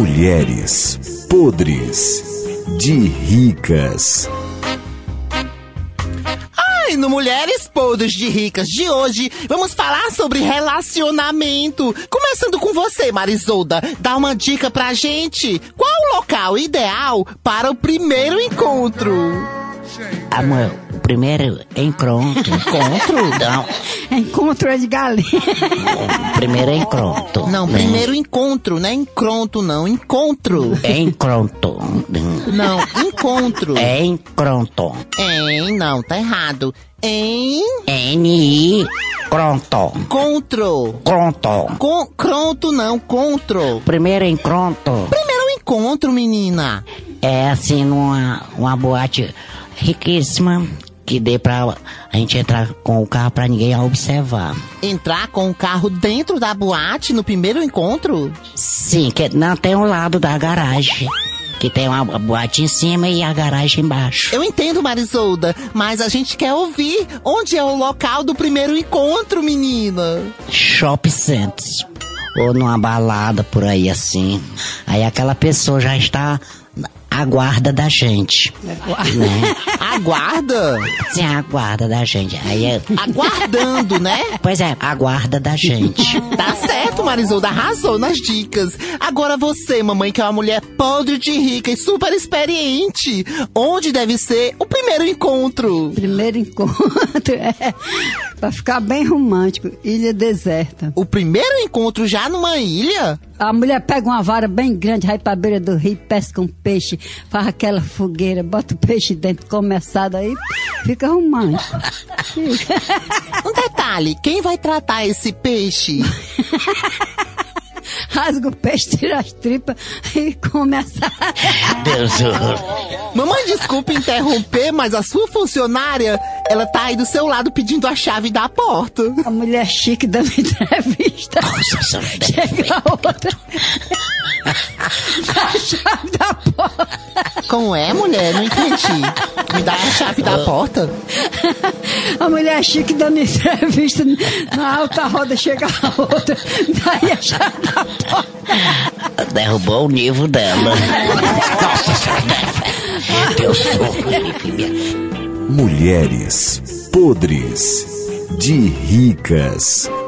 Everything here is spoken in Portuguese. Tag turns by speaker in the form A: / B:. A: Mulheres podres de ricas.
B: E no Mulheres Podres de Ricas de hoje, vamos falar sobre relacionamento. Começando com você, Marisolda. Dá uma dica pra gente. Qual o local ideal para o primeiro encontro?
C: Amor, o primeiro encontro.
B: Encontro?
C: Não,
D: Encontro é de galinha.
C: o primeiro é encontro.
B: Não,
C: né?
B: primeiro encontro, não é encronto, não. Encontro.
C: É Encontro. né?
B: Não, encontro.
C: É Encontro.
B: Hein? Não, tá errado. Encontro.
C: N-I. Cronto. Cronto.
B: Con cronto, não, contro.
C: O primeiro é encontro
B: Primeiro encontro, menina.
C: é assim numa uma boate riquíssima que dê pra a gente entrar com o carro pra ninguém observar.
B: Entrar com o carro dentro da boate no primeiro encontro?
C: Sim, que não tem um lado da garagem. Que tem uma boate em cima e a garagem embaixo.
B: Eu entendo, Marisolda, mas a gente quer ouvir onde é o local do primeiro encontro, menina.
C: shopping centers ou numa balada por aí assim. Aí aquela pessoa já está à guarda da gente, né?
B: Aguarda.
C: Sim, à guarda da gente. Aí é,
B: Aguardando, né?
C: pois é, à guarda da gente.
B: Tá certo, Marisolda, arrasou nas dicas. Agora você, mamãe, que é uma mulher podre de rica e super experiente, onde deve ser o primeiro encontro?
D: Primeiro encontro é pra ficar bem romântico, ilha deserta.
B: O primeiro encontro já numa ilha?
D: A mulher pega uma vara bem grande, vai pra beira do rio, pesca um peixe, faz aquela fogueira, bota o peixe dentro, come assado aí, fica romântico.
B: Um detalhe, quem vai tratar esse peixe?
D: Rasga o peixe, tira as tripas e come assado.
C: Deus,
B: Mamãe, desculpe interromper, mas a sua funcionária, ela tá aí do seu lado pedindo a chave da porta.
D: A mulher chique dando entrevista. Chega a outra. A chave da porta.
B: Como é, mulher? Não entendi. Me dá a chave
C: Ah.
B: da porta?
D: A mulher é chique dando entrevista na alta roda, chega a outra. Daí a chave da porta.
C: derrubou o nível dela. Nossa senhora, Deus,
A: Mulheres podres de ricas.